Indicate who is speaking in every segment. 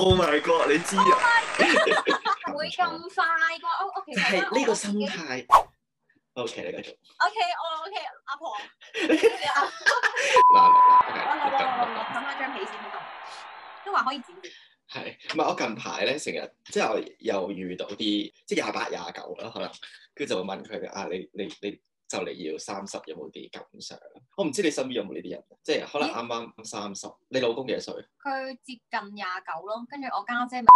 Speaker 1: Oh my god！你知啊，
Speaker 2: 唔會咁快啩？我我其
Speaker 1: 就
Speaker 2: 實
Speaker 1: 係
Speaker 2: 覺得
Speaker 1: 呢個
Speaker 2: 我
Speaker 1: 心
Speaker 2: 自己
Speaker 1: 態。OK，你繼續。
Speaker 2: O K，我 O K，阿婆，
Speaker 1: 嗱
Speaker 2: 我
Speaker 1: 嗱
Speaker 2: 我
Speaker 1: 嗱，
Speaker 2: 我
Speaker 1: 嗱
Speaker 2: 我冚翻張被先好過，都話可以剪接。
Speaker 1: 係，唔係我近排咧成日，即係我又遇到啲即係廿八廿九啦，可能跟住就會問佢哋啊，你你你就嚟要三十，有冇啲感想？我唔知你身邊有冇呢啲人，即係可能啱啱三十，你老公幾多歲？
Speaker 2: 佢接近廿九咯，跟住我家姐咪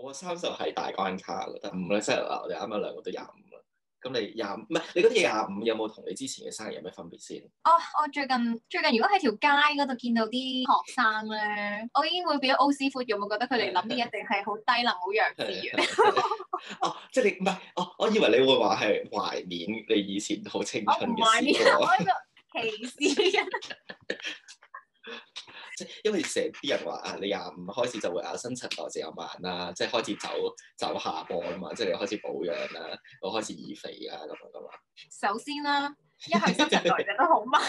Speaker 1: 我三十係大關卡啦，但唔咧即係嗱，我哋啱啱兩個都廿五啦。咁你廿五，唔係你覺得廿五有冇同你之前嘅生日有咩分別先？
Speaker 2: 哦，我最近最近如果喺條街嗰度見到啲學生咧，我已經會變咗 O 師傅，有冇覺得佢哋諗啲一定係好低能、好弱智嘅？
Speaker 1: 哦，即係你唔係，哦，我以為你會話係懷念你以前好青
Speaker 2: 我
Speaker 1: 春
Speaker 2: 哦唔
Speaker 1: 嘅
Speaker 2: 係呢
Speaker 1: 時
Speaker 2: 個，
Speaker 1: 光。
Speaker 2: 我呢個歧視啊嘅。
Speaker 1: 即係因為成日啲人話啊，你廿五開始就會啊新陳代謝又慢啦，即係開始走走下坡啊嘛，即係你開始保養啦，我開始易肥啦咁樣噶嘛。
Speaker 2: 首先啦，一係新陳代謝得好慢，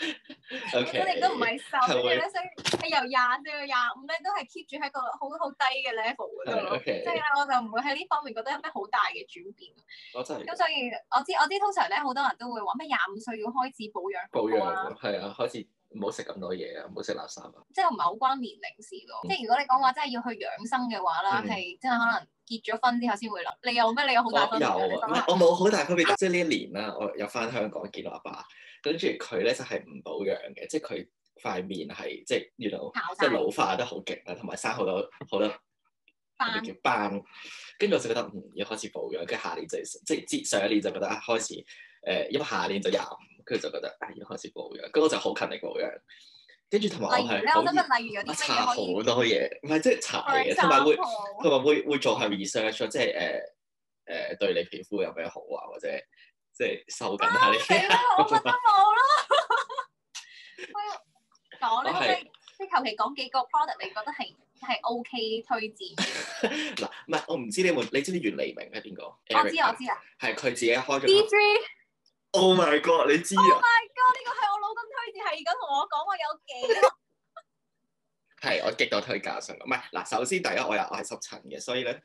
Speaker 1: O
Speaker 2: 咁
Speaker 1: K，
Speaker 2: 你都唔係瘦，跟住
Speaker 1: 係
Speaker 2: 咧，所以你哎由廿四到廿五咧，都係 keep 住喺個好好低嘅 level 嗰度
Speaker 1: 係
Speaker 2: 咯。
Speaker 1: OK，
Speaker 2: 即係咧，我就唔會喺呢方面覺得有咩好大嘅轉變。
Speaker 1: 我真係
Speaker 2: 咁所以我知我知，通常咧好多人都會話咩廿五歲要開始保養
Speaker 1: 保
Speaker 2: 好啊。
Speaker 1: 養係啊，開始唔好食咁多嘢啊，唔好食垃圾啊。
Speaker 2: 即係唔係好關年齡事咯。
Speaker 1: 嗯
Speaker 2: 即係如果你講話真係要去養生嘅話啦，
Speaker 1: 嗯
Speaker 2: 係真係可能結咗婚之後先會諗。你有咩？你有好
Speaker 1: 我
Speaker 2: 大分
Speaker 1: 有
Speaker 2: 別
Speaker 1: 啊，唔
Speaker 2: 啊？你講
Speaker 1: 係
Speaker 2: 下
Speaker 1: 我冇好大分別，即係呢一年啦，我有翻香港見到阿爸，跟住佢咧就係唔保養嘅，即係佢塊面係即係原來
Speaker 2: 靠
Speaker 1: 即
Speaker 2: 晒
Speaker 1: 係老化得好勁啦，同埋生好多好多我
Speaker 2: 翻
Speaker 1: 哋叫班，跟住我就覺得嗯要開始保養，跟住下年就即係接上一年就覺得啊開始誒、呃因為下年就廿五，跟住就覺得啊要開始保養，跟住我就好勤力保養，跟住同埋我
Speaker 2: 例如咧，
Speaker 1: 係
Speaker 2: 我
Speaker 1: 好
Speaker 2: 想
Speaker 1: 熱，
Speaker 2: 問，例如有啲
Speaker 1: 我
Speaker 2: 咩
Speaker 1: 搽
Speaker 2: 嘢
Speaker 1: 好
Speaker 2: 可以
Speaker 1: 多嘢，唔係即係搽嘢，同埋會同埋會會做下 research 咯即係誒誒對你皮膚有咩好啊，或者即係收緊下你。
Speaker 2: 死 啦！我覺得冇 啦。講
Speaker 1: 我
Speaker 2: 咧，
Speaker 1: 係
Speaker 2: 即係即係求其講幾個 product，你覺得係係 OK 推薦嘅？
Speaker 1: 嗱，唔係我唔知你有冇，你知唔知袁黎明係邊個？
Speaker 2: 我知我知啊
Speaker 1: 係佢自己開
Speaker 2: ，D
Speaker 1: 咗。
Speaker 2: three。
Speaker 1: Oh my god！你知
Speaker 2: Oh
Speaker 1: 啊？
Speaker 2: my god！呢個係我老公推薦，係咁同我講話有幾
Speaker 1: 係，我極度推介上。唔係嗱，首先第一，我又我係濕疹嘅，所以咧，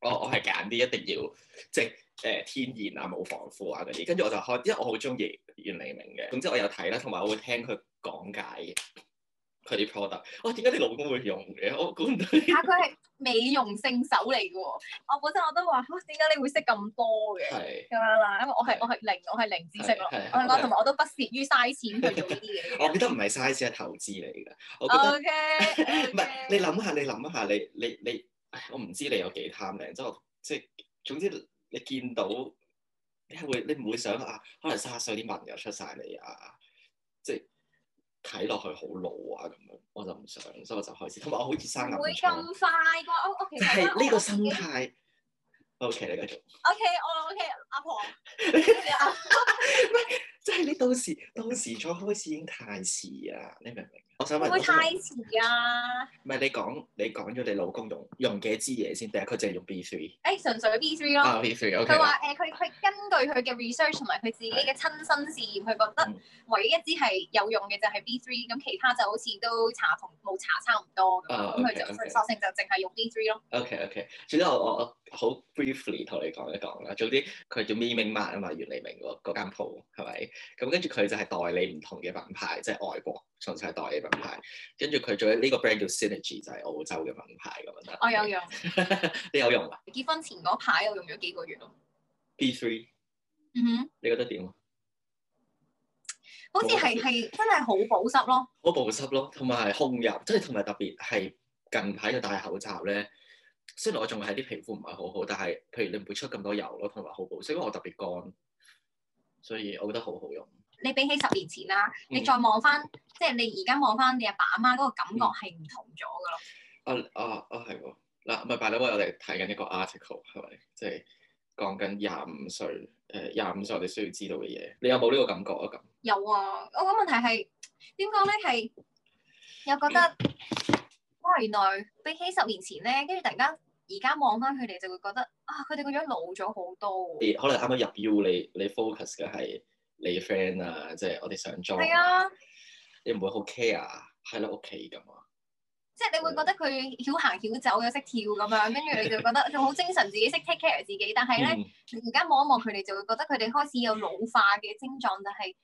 Speaker 1: 我我係揀啲一定要即係誒、呃天然啊、冇防腐啊嗰啲。跟住我就開，因為我好中意袁黎明嘅。總之我有睇啦，同埋我會聽佢講解嘅佢啲 product。哇，點解你老公會用嘅？我估唔到 你。
Speaker 2: 啊！佢係美容聖手嚟嘅喎。我本身我都話，哇點解你會識咁多嘅？
Speaker 1: 係。
Speaker 2: 咁樣啦，因為我係
Speaker 1: 係
Speaker 2: 我係零，我係零知識咯。
Speaker 1: 係係
Speaker 2: 我
Speaker 1: 係
Speaker 2: 講同埋我都不屑於嘥錢去做呢啲 嘢。
Speaker 1: 我覺得唔係嘥錢係投資嚟㗎。我覺得
Speaker 2: O K，
Speaker 1: 唔係，你諗下，你諗下，你你你，唉我唔知你有幾貪靚，即係我即係總之你見到你係會你唔會想啊？可能卅歲啲紋又出晒嚟啊，即係睇落去好老啊咁樣，我就唔想，所以我就開始，同埋我好易生暗
Speaker 2: 唔會
Speaker 1: 瘡，
Speaker 2: 咁快啩？我我其
Speaker 1: 就
Speaker 2: 實
Speaker 1: 係呢個心態。O、k 你繼續，
Speaker 2: O K，我 O K，阿 婆，
Speaker 1: 即係你到時到時再開始已經太遲啦，你明唔明？我想
Speaker 2: 會
Speaker 1: 問，
Speaker 2: 唔會
Speaker 1: 我想問
Speaker 2: 太遲啊？
Speaker 1: 唔係你講你講咗你老公用用幾支嘢先，定係佢淨係用 B three
Speaker 2: 誒，純粹 B three 咯。
Speaker 1: 啊 B three？O K
Speaker 2: 佢。話誒，佢佢根據佢嘅 research 同埋佢自己嘅親身試驗，佢覺得
Speaker 1: 嗯
Speaker 2: 唯一一支係有用嘅就係 B three，咁其他就好似都搽同冇搽差唔多咁
Speaker 1: 啊
Speaker 2: 樣，咁佢就
Speaker 1: OK，OK
Speaker 2: 索性就淨係用 B three 咯。
Speaker 1: O K O K，總之我我我好 briefly 同你講一講啦。總之佢叫 m i m i n g Mart 啊嘛，袁黎明嗰嗰間鋪係咪？咁跟住佢就係代理唔同嘅品牌，即係外國純粹係代理品牌。跟住佢仲有呢個 brand 叫 Synergy，就係澳洲嘅品牌咁樣啦。
Speaker 2: 我哦有用，
Speaker 1: 你有用啊
Speaker 2: 結婚前嗰排我用咗幾個月咯。
Speaker 1: ？B three，
Speaker 2: 嗯哼。
Speaker 1: 你覺得點啊？
Speaker 2: 好似係係真係好保濕咯，
Speaker 1: 好保濕咯，同埋控油，即係同埋特別係近排要戴口罩咧。雖然我仲係啲皮膚唔係好好，但係譬如你唔會出咁多油咯，同埋好保濕，因為我特別乾，所以我覺得好好用。
Speaker 2: 你比起十年前啦，
Speaker 1: 嗯
Speaker 2: 你再望翻，即係你而家望翻你阿爸阿媽嗰個感覺係唔同咗噶
Speaker 1: 啊
Speaker 2: 咯。
Speaker 1: 啊啊係喎！嗱，唔係 by the way，我哋睇緊一個 article 係咪？即係講緊廿五歲，誒廿五歲我哋需要知道嘅嘢。你有冇呢個感覺啊？咁
Speaker 2: 有啊，我個問題係點講咧？係又覺得哇，原來比起十年前咧，跟住突然間而家望翻佢哋就會覺得啊，佢哋個樣老咗好多喎。
Speaker 1: 你可能啱啱入 U，你你 focus 嘅係你 friend 啊，即係我哋上妝。
Speaker 2: 係啊，
Speaker 1: 你唔會好 care 喺你屋企咁啊？
Speaker 2: 即係你會覺得佢曉行曉走又識跳咁樣，跟住你就覺得仲好精神，自己識 take care 自己。但係咧，
Speaker 1: 嗯
Speaker 2: 你而家望一望佢哋，就會覺得佢哋開始有老化嘅症狀，就係、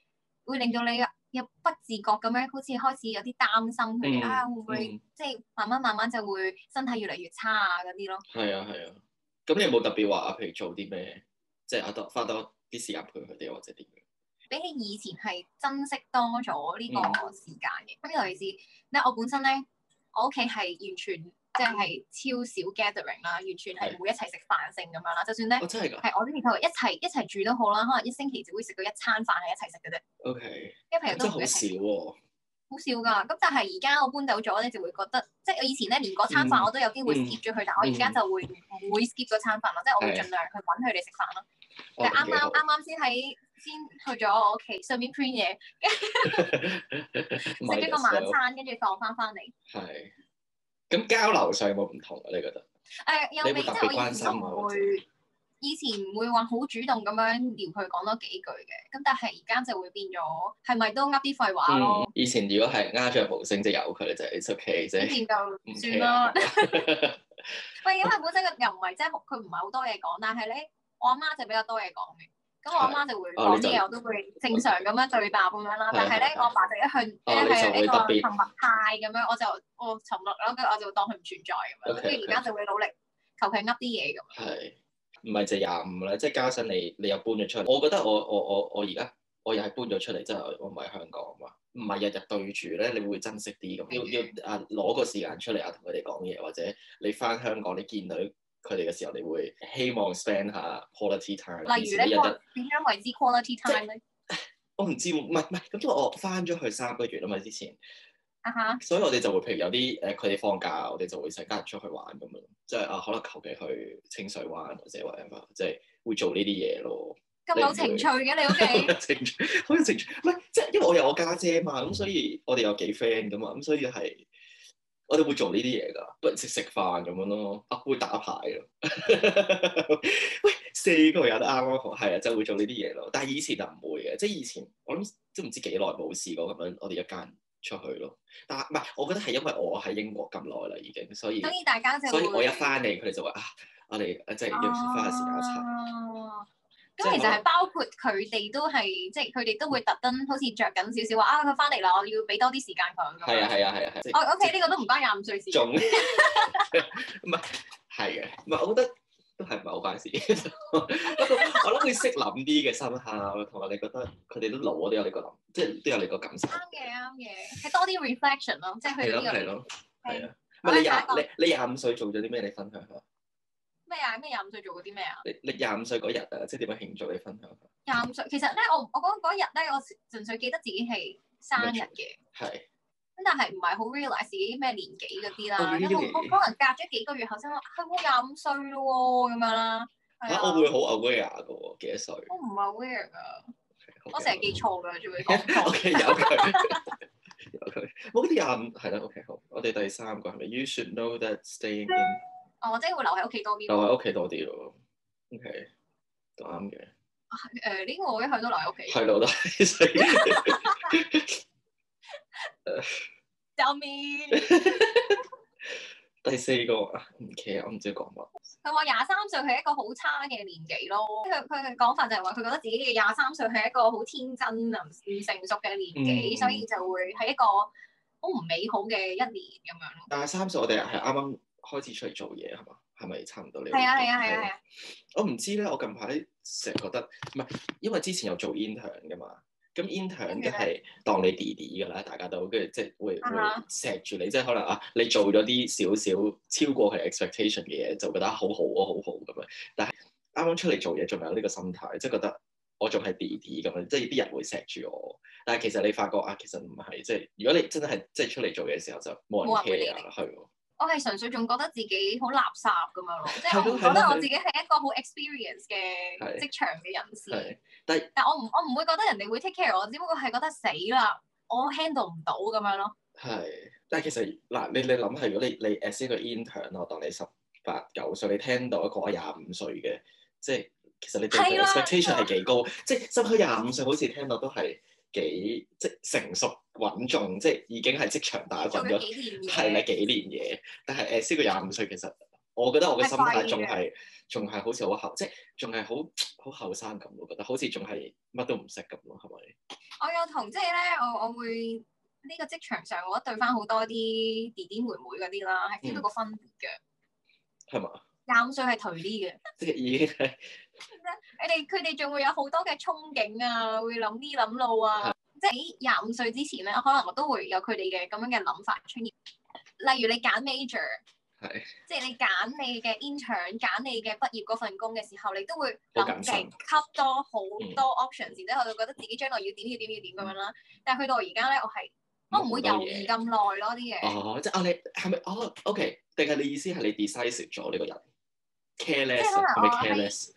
Speaker 2: 會令到你有不自覺咁樣，好似開始有啲擔心佢哋、
Speaker 1: 嗯
Speaker 2: 啊，會唔會、
Speaker 1: 嗯
Speaker 2: 即係慢慢慢慢就會身體越嚟越差啊嗰啲咯。
Speaker 1: 係啊係啊。咁你有冇特別話啊？譬如做啲咩，即係啊多花多啲時間陪佢哋或者點樣？
Speaker 2: 比起以前係珍惜多咗呢
Speaker 1: 嗯
Speaker 2: 個時間嘅。咁、尤其是咧，我本身咧，我屋企係完全即係超少 gathering 啦，完全係唔會一齊食飯性咁樣啦。就算咧
Speaker 1: 哦，真係㗎。
Speaker 2: 係我啲朋友一齊一齊住都好啦，可能一星期只會食到一餐飯係一齊食嘅啫，
Speaker 1: O K，
Speaker 2: 因為
Speaker 1: 真
Speaker 2: 平日
Speaker 1: 係
Speaker 2: 都唔
Speaker 1: 好
Speaker 2: 會一齊
Speaker 1: 少
Speaker 2: 食
Speaker 1: 喎。哦
Speaker 2: 好少㗎。咁但係而家我搬走咗咧，就會覺得即係我以前咧連嗰餐飯
Speaker 1: 嗯
Speaker 2: 我都有機會
Speaker 1: 嗯
Speaker 2: skip 咗佢，但我而家就會唔會 skip 嗰餐飯咯，即係我會
Speaker 1: 係
Speaker 2: 盡量去揾佢哋食飯咯。
Speaker 1: 哦
Speaker 2: 但係啱
Speaker 1: 幾好
Speaker 2: 啱啱啱先喺先去咗我屋企，順便 print 嘢。
Speaker 1: 食
Speaker 2: 食咗個晚餐，跟住放翻翻嚟。
Speaker 1: 係。咁交流上有冇唔同啊？你覺得？
Speaker 2: 誒、又
Speaker 1: 你會
Speaker 2: 未即
Speaker 1: 特
Speaker 2: 係
Speaker 1: 別
Speaker 2: 我
Speaker 1: 關
Speaker 2: 以前
Speaker 1: 心
Speaker 2: 都
Speaker 1: 啊
Speaker 2: 唔
Speaker 1: 或者
Speaker 2: 會，以前唔會話好主動咁樣撩佢講多幾句嘅。咁但係而家就會變咗，係咪都噏啲廢話
Speaker 1: 嗯
Speaker 2: 咯？，
Speaker 1: 以前如果係鴉雀無聲，即係由佢咧，就 it's OK
Speaker 2: 以
Speaker 1: 啫，
Speaker 2: 前
Speaker 1: 唔
Speaker 2: 就算
Speaker 1: care
Speaker 2: 啦。嗯喂，因為本身佢又唔係即係佢唔係好多嘢講，但係咧我阿媽就比較多嘢講嘅。咁我阿媽就會
Speaker 1: 哦
Speaker 2: 講
Speaker 1: 你就
Speaker 2: 啲嘢，我都會正常咁樣對答咁樣啦。
Speaker 1: 係啊
Speaker 2: 但係咧
Speaker 1: 係，係
Speaker 2: 我阿爸就一向
Speaker 1: 哦你
Speaker 2: 咧
Speaker 1: 就
Speaker 2: 係
Speaker 1: 會
Speaker 2: 一個
Speaker 1: 特別
Speaker 2: 沉默態咁樣，我就我沉默咯，跟住我就當佢唔存在咁樣。
Speaker 1: OK，
Speaker 2: 跟住而家就會努力求其噏啲嘢 咁。
Speaker 1: 係唔係就廿五啦？即係加上你你又搬咗出嚟，我覺得我我我我而家我又係搬咗出嚟，即係我唔喺香港啊嘛，唔係日日對住咧，你會珍惜啲咁，要要啊攞個時間出嚟啊同佢哋講嘢，或者你翻香港你見到佢哋嘅時候，你會希望 spend 下 quality time。
Speaker 2: 例如
Speaker 1: 以前你
Speaker 2: 咧，
Speaker 1: 日日
Speaker 2: 點樣為之 quality time 咧？
Speaker 1: 我唔知喎，唔係唔係，咁因為我翻咗去三個月啊嘛之前。
Speaker 2: 啊哈，
Speaker 1: 所以我哋就會譬如有啲呃誒佢哋放假，我哋就會成家人出去玩咁樣，即係啊可能求其去清水灣或者 whatever，即係會做呢啲嘢咯。
Speaker 2: 咁有情趣嘅你屋 企，
Speaker 1: 情趣好有情趣，唔係即係因為我有我家姐嘛，咁所以我哋有幾 friend 噶嘛，咁所以係我哋會做呢啲嘢㗎，不如食食飯咁樣咯，啊會打牌咯。 喂，四個人啱啱好，係啊，就會做呢啲嘢咯。但係以前就唔會嘅，即係以前我諗都唔知幾耐冇試過咁樣，我哋一家人出去咯。但係唔係，我覺得係因為我喺英國咁耐啦，已經，所以
Speaker 2: 所以大家就
Speaker 1: 所以我一
Speaker 2: 翻
Speaker 1: 翻嚟，佢哋就話啊，我哋啊即係要花時間一
Speaker 2: 哦
Speaker 1: 齊。
Speaker 2: 咁其實係包括佢哋都係，即係佢哋都會特登好似着緊少少話啊，佢翻嚟啦，我要俾多啲時間佢咁樣。
Speaker 1: 係啊係啊係啊係啊。即係
Speaker 2: 哦，OK，呢個都唔關廿五歲事。
Speaker 1: 仲 唔係係嘅，唔係我覺得都係唔係好關事。 不過我諗佢識諗啲嘅深刻，同埋你覺得佢哋都老，都有你個諗，即係都有你個感受
Speaker 2: 啱。嘅，啱嘅，係多啲 reflection 咯，即係
Speaker 1: 係
Speaker 2: 佢
Speaker 1: 咯
Speaker 2: 呢
Speaker 1: 係
Speaker 2: 個
Speaker 1: 咯係啊！唔
Speaker 2: 我
Speaker 1: 係
Speaker 2: 哋
Speaker 1: 你
Speaker 2: 下一個
Speaker 1: 廿你你廿五歲做咗啲咩？你分享下。
Speaker 2: 咩啊？咩廿五歲做過啲咩啊？
Speaker 1: 你你廿五歲嗰日啊，即係點樣慶祝？你分享下。
Speaker 2: 廿五歲其實咧，我我嗰嗰日咧，我純粹記得自己係生日嘅。
Speaker 1: 係
Speaker 2: 咁但係唔係好 realize 自己咩年紀嗰啲
Speaker 1: 哦
Speaker 2: 啦，
Speaker 1: 呢啲
Speaker 2: 因為我
Speaker 1: 年紀
Speaker 2: 我可能隔咗幾個月後先話，係啊我廿五歲咯喎咁樣啦，係
Speaker 1: 嚇，我
Speaker 2: 啊，
Speaker 1: 會好 aware 嘅喎，幾多歲？
Speaker 2: 我唔係 aware 噶，我成日記錯㗎，仲會講
Speaker 1: O
Speaker 2: 錯。
Speaker 1: K，有佢， 有佢。我覺得廿五係啦。O K，好。我哋第三個係咪？You should know that staying in
Speaker 2: 哦，即係會留喺屋企多啲
Speaker 1: 留
Speaker 2: 咯。
Speaker 1: 喺屋企多啲咯。OK，都啱嘅，
Speaker 2: 誒，呢個我一向都留喺屋企。
Speaker 1: 係咯，都係所以
Speaker 2: 救命！
Speaker 1: 第四個啊唔 care，我唔知講乜。
Speaker 2: 佢話廿三歲係一個好差嘅年紀咯。佢佢嘅講法就係話，佢覺得自己嘅廿三歲係一個好天真啊、唔成熟嘅年紀，
Speaker 1: 嗯
Speaker 2: 所以就會係一個好唔美好嘅一年咁樣咯。
Speaker 1: 但係三歲我哋係啱啱開始出嚟做嘢係嘛？係咪差唔多你？
Speaker 2: 係啊係啊係啊係啊！
Speaker 1: 我唔知咧，我近排成日覺得唔係，因為之前有做 intern 噶嘛，咁 intern
Speaker 2: 跟
Speaker 1: 梗
Speaker 2: 住咧
Speaker 1: 係當你弟弟噶啦，大家都跟住即係會
Speaker 2: 啊
Speaker 1: 會
Speaker 2: 哈
Speaker 1: 錫住你，即係可能啊，你做咗啲少少超過佢 expectation 嘅嘢，就覺得好好啊，好好咁樣。但係啱啱出嚟做嘢，仲有呢個心態，即係覺得我仲係弟弟咁樣，即係啲人會錫住我。但係其實你發覺啊，其實唔係，即係如果你真係即係出嚟做嘢嘅時候，就冇人
Speaker 2: 冇人會理
Speaker 1: care 啊，係喎。
Speaker 2: 我係純粹仲覺得自己好垃圾咁樣咯，即係
Speaker 1: 係
Speaker 2: 我
Speaker 1: 咯
Speaker 2: 唔覺
Speaker 1: 係
Speaker 2: 得
Speaker 1: 咯
Speaker 2: 我自己係一個好 experience 嘅
Speaker 1: 係
Speaker 2: 職場嘅人士，
Speaker 1: 係，但係
Speaker 2: 但我唔我唔會覺得人哋會 take care 我，只不過係覺得死啦，我 handle 唔到咁樣咯。
Speaker 1: 係，但係其實嗱，你你諗下，如果你你 as 一個 intern 我當你十八九歲，你聽到一個廿五歲嘅，即係其實你對
Speaker 2: 係啊
Speaker 1: 佢
Speaker 2: 啦
Speaker 1: expectation 係幾高，即係甚至廿五歲好似聽到都係幾即係成熟穩重，即係已經係職場打
Speaker 2: 做
Speaker 1: 滾咗，
Speaker 2: 咗幾年
Speaker 1: 係啦
Speaker 2: 嘢，
Speaker 1: 幾年嘢。但係誒，超過廿五歲，其實我覺得我嘅心態仲
Speaker 2: 係
Speaker 1: 係仲係好似好後，即係仲係好好後生咁，我覺得好似仲係乜都唔識咁咯，係咪？
Speaker 2: 我有同即係咧，我我會呢個職場上，我覺得對翻好多啲弟弟妹妹嗰啲
Speaker 1: 嗯
Speaker 2: 啦，係 feel 到個分別嘅。
Speaker 1: 係嘛？
Speaker 2: 廿五歲係頹啲嘅，
Speaker 1: 即係已經係
Speaker 2: 你哋佢哋仲會有好多嘅憧憬啊，會諗呢諗路啊。即係喺廿五歲之前咧，可能我都會有佢哋嘅咁樣嘅諗法出現。例如你揀 major，
Speaker 1: 係
Speaker 2: 即係你揀你嘅 intern，揀你嘅畢業嗰份工嘅時候，你都會
Speaker 1: 好
Speaker 2: 諗
Speaker 1: 謹
Speaker 2: 極
Speaker 1: 慎
Speaker 2: 吸多好
Speaker 1: 嗯
Speaker 2: 多 option，然之後就覺得自己將來要點要點要點咁樣啦。但係去到我而家咧，我係我唔會猶豫咁耐咯啲嘢，
Speaker 1: 哦，即係啊，你係咪哦？OK，定係你意思係你 decisive 咗呢個人
Speaker 2: 即係
Speaker 1: careless
Speaker 2: 可能
Speaker 1: 啊係咪
Speaker 2: 我係
Speaker 1: careless？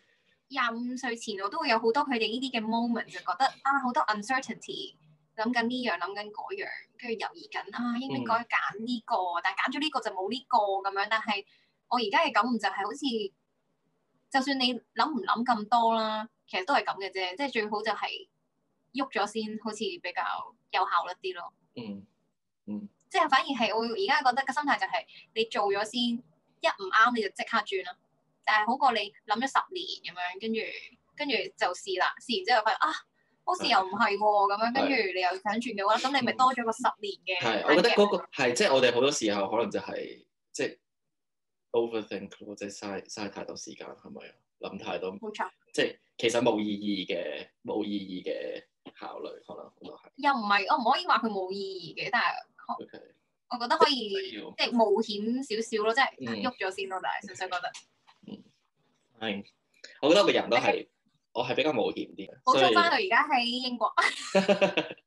Speaker 2: 廿五歲前我都會有好多佢哋呢啲嘅 moment，就覺得啊好多 uncertainty，諗緊呢樣諗緊嗰樣，跟住猶豫緊啊應唔應該揀呢個，但係揀咗呢個就冇呢個咁樣。但係我而家嘅感悟就係好似，就算你諗唔諗咁多啦，其實都係咁嘅啫，即係最好就係喐咗先，好似比較有效率啲咯。
Speaker 1: 嗯，
Speaker 2: 即係反而係我而家覺得個心態就係你做咗先，一唔啱你就即刻轉啦。但係好過你諗咗十年咁樣，跟住跟住就試啦，試完之後發現啊，好似又唔係喎咁樣，跟住你又想轉嘅話，咁你咪多咗個十年嘅。
Speaker 1: 係，我覺得嗰、個係即係我哋好多時候可能就係即係 overthink 咯，即係嘥嘥太多時間係咪啊？諗太多，
Speaker 2: 冇錯，
Speaker 1: 即係其實冇意義嘅冇意義嘅考慮，可能好多係。
Speaker 2: 又唔係我唔可以話佢冇意義嘅，但係
Speaker 1: OK，
Speaker 2: 我覺得可以
Speaker 1: 要
Speaker 2: 即係冒險少少咯，即係
Speaker 1: 嗯
Speaker 2: 喐咗先咯，但係純粹覺得
Speaker 1: 係，我覺得我個人都係我係比較冒險啲嘅，
Speaker 2: 補
Speaker 1: 所
Speaker 2: 充
Speaker 1: 以
Speaker 2: 翻到而家喺英國，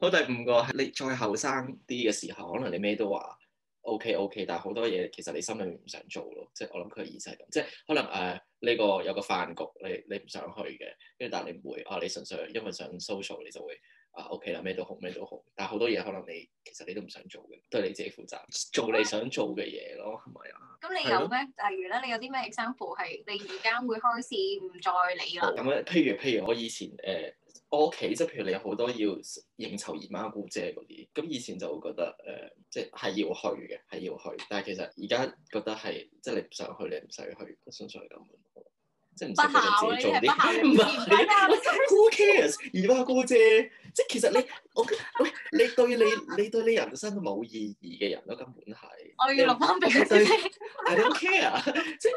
Speaker 1: 好第五個係你再後生啲嘅時候，可能你咩都話 OK OK，但係好多嘢其實你心裏面唔想做咯，即係我諗佢嘅意思係咁，即係可能誒呢、個有個飯局你你唔想去嘅，跟住但係你唔會啊，你純粹因為想 social 你就會啊 OK 啦，咩都好咩都好，但係好多嘢可能你其實你都唔想做嘅，都係你自己負責，做你想做嘅嘢咯，係咪啊？
Speaker 2: 咁你
Speaker 1: 係
Speaker 2: 有
Speaker 1: 咯
Speaker 2: 咩？例如咧，你有啲咩 example 係你而家會開始唔再理啦？
Speaker 1: 咁樣，譬如譬如我以前誒、呃我屋企，即係譬如你有好多要應酬姨媽姑姐嗰啲，咁以前就會覺得誒、呃即係係要去嘅，係要去。但係其實而家覺得係，即係你唔想去，你唔使去，純粹係咁。啊即係 唔使逼你自己做
Speaker 2: 不 孝
Speaker 1: 啲，
Speaker 2: 你
Speaker 1: 唔
Speaker 2: 係啊不孝
Speaker 1: 係
Speaker 2: 啊你唔使
Speaker 1: 喂 Who cares？姨媽姑姐，即係其實你我喂，你對你你對你人生冇意義嘅人咯，根本係。
Speaker 2: 我要錄翻俾佢
Speaker 1: 對
Speaker 2: 聽。
Speaker 1: I don't care，即 係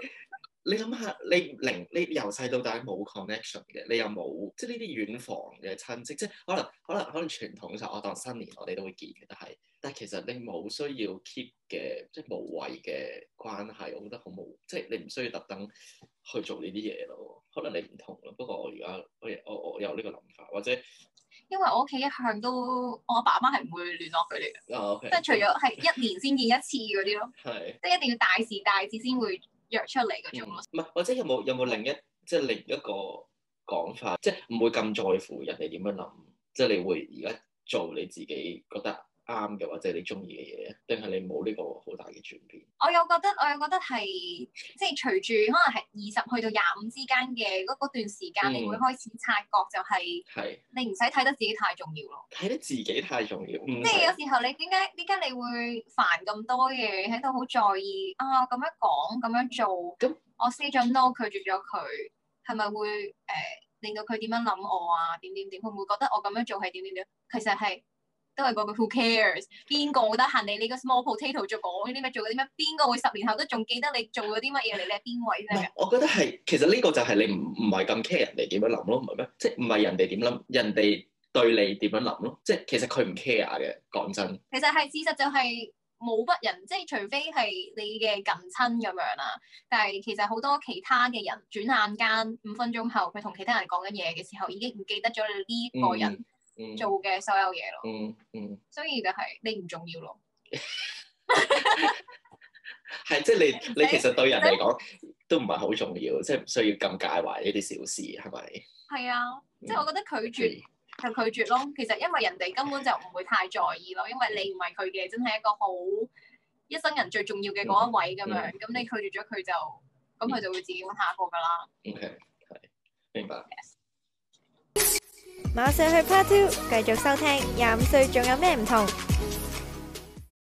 Speaker 1: 你諗下，你零你由細到大冇 connection 嘅，你又冇即係呢啲遠房嘅親戚，即係可能可能可能傳統上我當新年我哋都會見嘅，但係但係其實你冇需要 keep 嘅，即係無謂嘅關係，我覺得好冇，即係你唔需要特登去做呢啲嘢咯。可能你唔同咯，不過我而家我我我有呢個諗法，或者
Speaker 2: 因為我屋企一向都，我阿爸阿媽係唔會聯絡佢哋嘅，
Speaker 1: 啊 OK，
Speaker 2: 即係除咗係一年先見一次嗰啲咯，
Speaker 1: 係。
Speaker 2: 即係一定要大事大事先會約出嚟嗰種咯。
Speaker 1: 嗯唔係，或者有冇有冇另一即係另一個講法，即係唔會咁在乎人哋點樣諗，即係你會而家做你自己覺得啱嘅或者你中意嘅嘢，定係你冇呢個好大嘅轉變？
Speaker 2: 我有覺得，我有覺得係即係隨住可能係二十去到廿五之間嘅嗰嗰段時
Speaker 1: 嗯
Speaker 2: 間，你會開始察覺就係
Speaker 1: 係
Speaker 2: 你唔使睇得自己太重要咯。
Speaker 1: 睇得自己太重要，唔
Speaker 2: 即係有
Speaker 1: 使
Speaker 2: 時候你點解點解你會煩咁多嘢，喺度好在意啊咁樣講咁樣做，
Speaker 1: 咁
Speaker 2: 我 say 咗 no 拒絕咗佢，係咪會誒、呃令到佢點樣諗我啊？點點點，會唔會覺得我咁樣做係點點點？其實係都係嗰句 who cares？邊個好得閒你呢個 small potato 做講啲咩做嗰啲咩？邊個會十年後都仲記得你做嗰啲乜嘢嚟？你係邊位
Speaker 1: 唔
Speaker 2: 啫
Speaker 1: 係？我覺得係其實呢個就係你唔唔係咁 care 人哋點樣諗咯，唔係咩？即係唔係人哋點諗，人哋對你點樣諗咯？即係其實佢唔 care 嘅，講真。
Speaker 2: 其實係事實就係冇不仁，即係除非係你嘅近親咁樣啦。但係其實好多其他嘅人，轉眼間五分鐘後，佢同其他人講緊嘢嘅時候，已經唔記得咗你呢個人
Speaker 1: 嗯
Speaker 2: 做嘅所有嘢咯。
Speaker 1: 嗯嗯，
Speaker 2: 所以就係你唔重要咯。
Speaker 1: 係即係你你其實對人嚟講都唔係好重要，即係唔需要咁介懷呢啲小事，係咪？
Speaker 2: 係啊，即係我覺得拒絕
Speaker 1: 嗯
Speaker 2: 就拒絕咯。其實因為人哋根本就唔會太在意咯，因為你唔係佢嘅，真係一個好一生人最重要嘅嗰一位咁
Speaker 1: 嗯
Speaker 2: 樣。咁你拒絕咗佢就，咁佢就會自己揾下一個㗎啦。
Speaker 1: OK，係明白。
Speaker 3: Thank 馬上去 Part Two 繼續收聽廿五歲仲有咩唔同。